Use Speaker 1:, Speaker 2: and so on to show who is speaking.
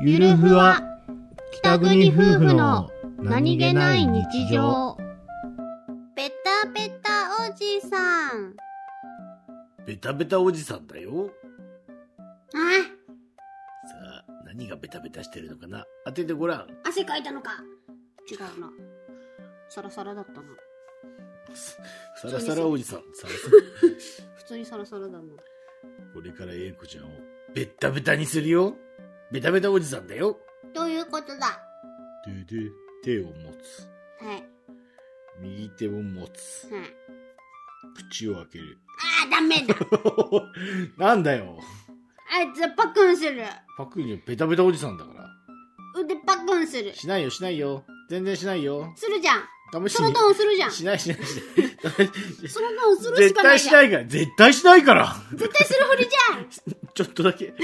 Speaker 1: ゆるふわ北国夫婦の
Speaker 2: ベタベタおじさん
Speaker 3: ベタベタおじさんだよ
Speaker 2: あ
Speaker 3: さあ何がベタベタしてるのかな当ててごらん
Speaker 2: 汗かいたのか違うなサラサラだったな
Speaker 3: サラサラおじさんサラサ
Speaker 2: 普通にサラサラだな
Speaker 3: ラこれから英子ちゃんをベッタベタにするよベタベタおじさんだよ
Speaker 2: どういうことだ
Speaker 3: でで手を持つ
Speaker 2: はいはい
Speaker 3: 右手を持つ口を開ける
Speaker 2: あーダメだ
Speaker 3: なんだよ
Speaker 2: あいつパクンする
Speaker 3: パクリンベタベタおじさんだから
Speaker 2: 腕パクンする
Speaker 3: しないよしないよ全然しないよ
Speaker 2: するじゃん
Speaker 3: 試し
Speaker 2: そ
Speaker 3: に
Speaker 2: のトーンするじゃんそ
Speaker 3: しないしないしない
Speaker 2: のトーンするし
Speaker 3: 絶
Speaker 2: かない
Speaker 3: 対し
Speaker 2: じゃ
Speaker 3: なんいから絶対しないから
Speaker 2: 絶対するふりじゃん
Speaker 3: ちょっとだけ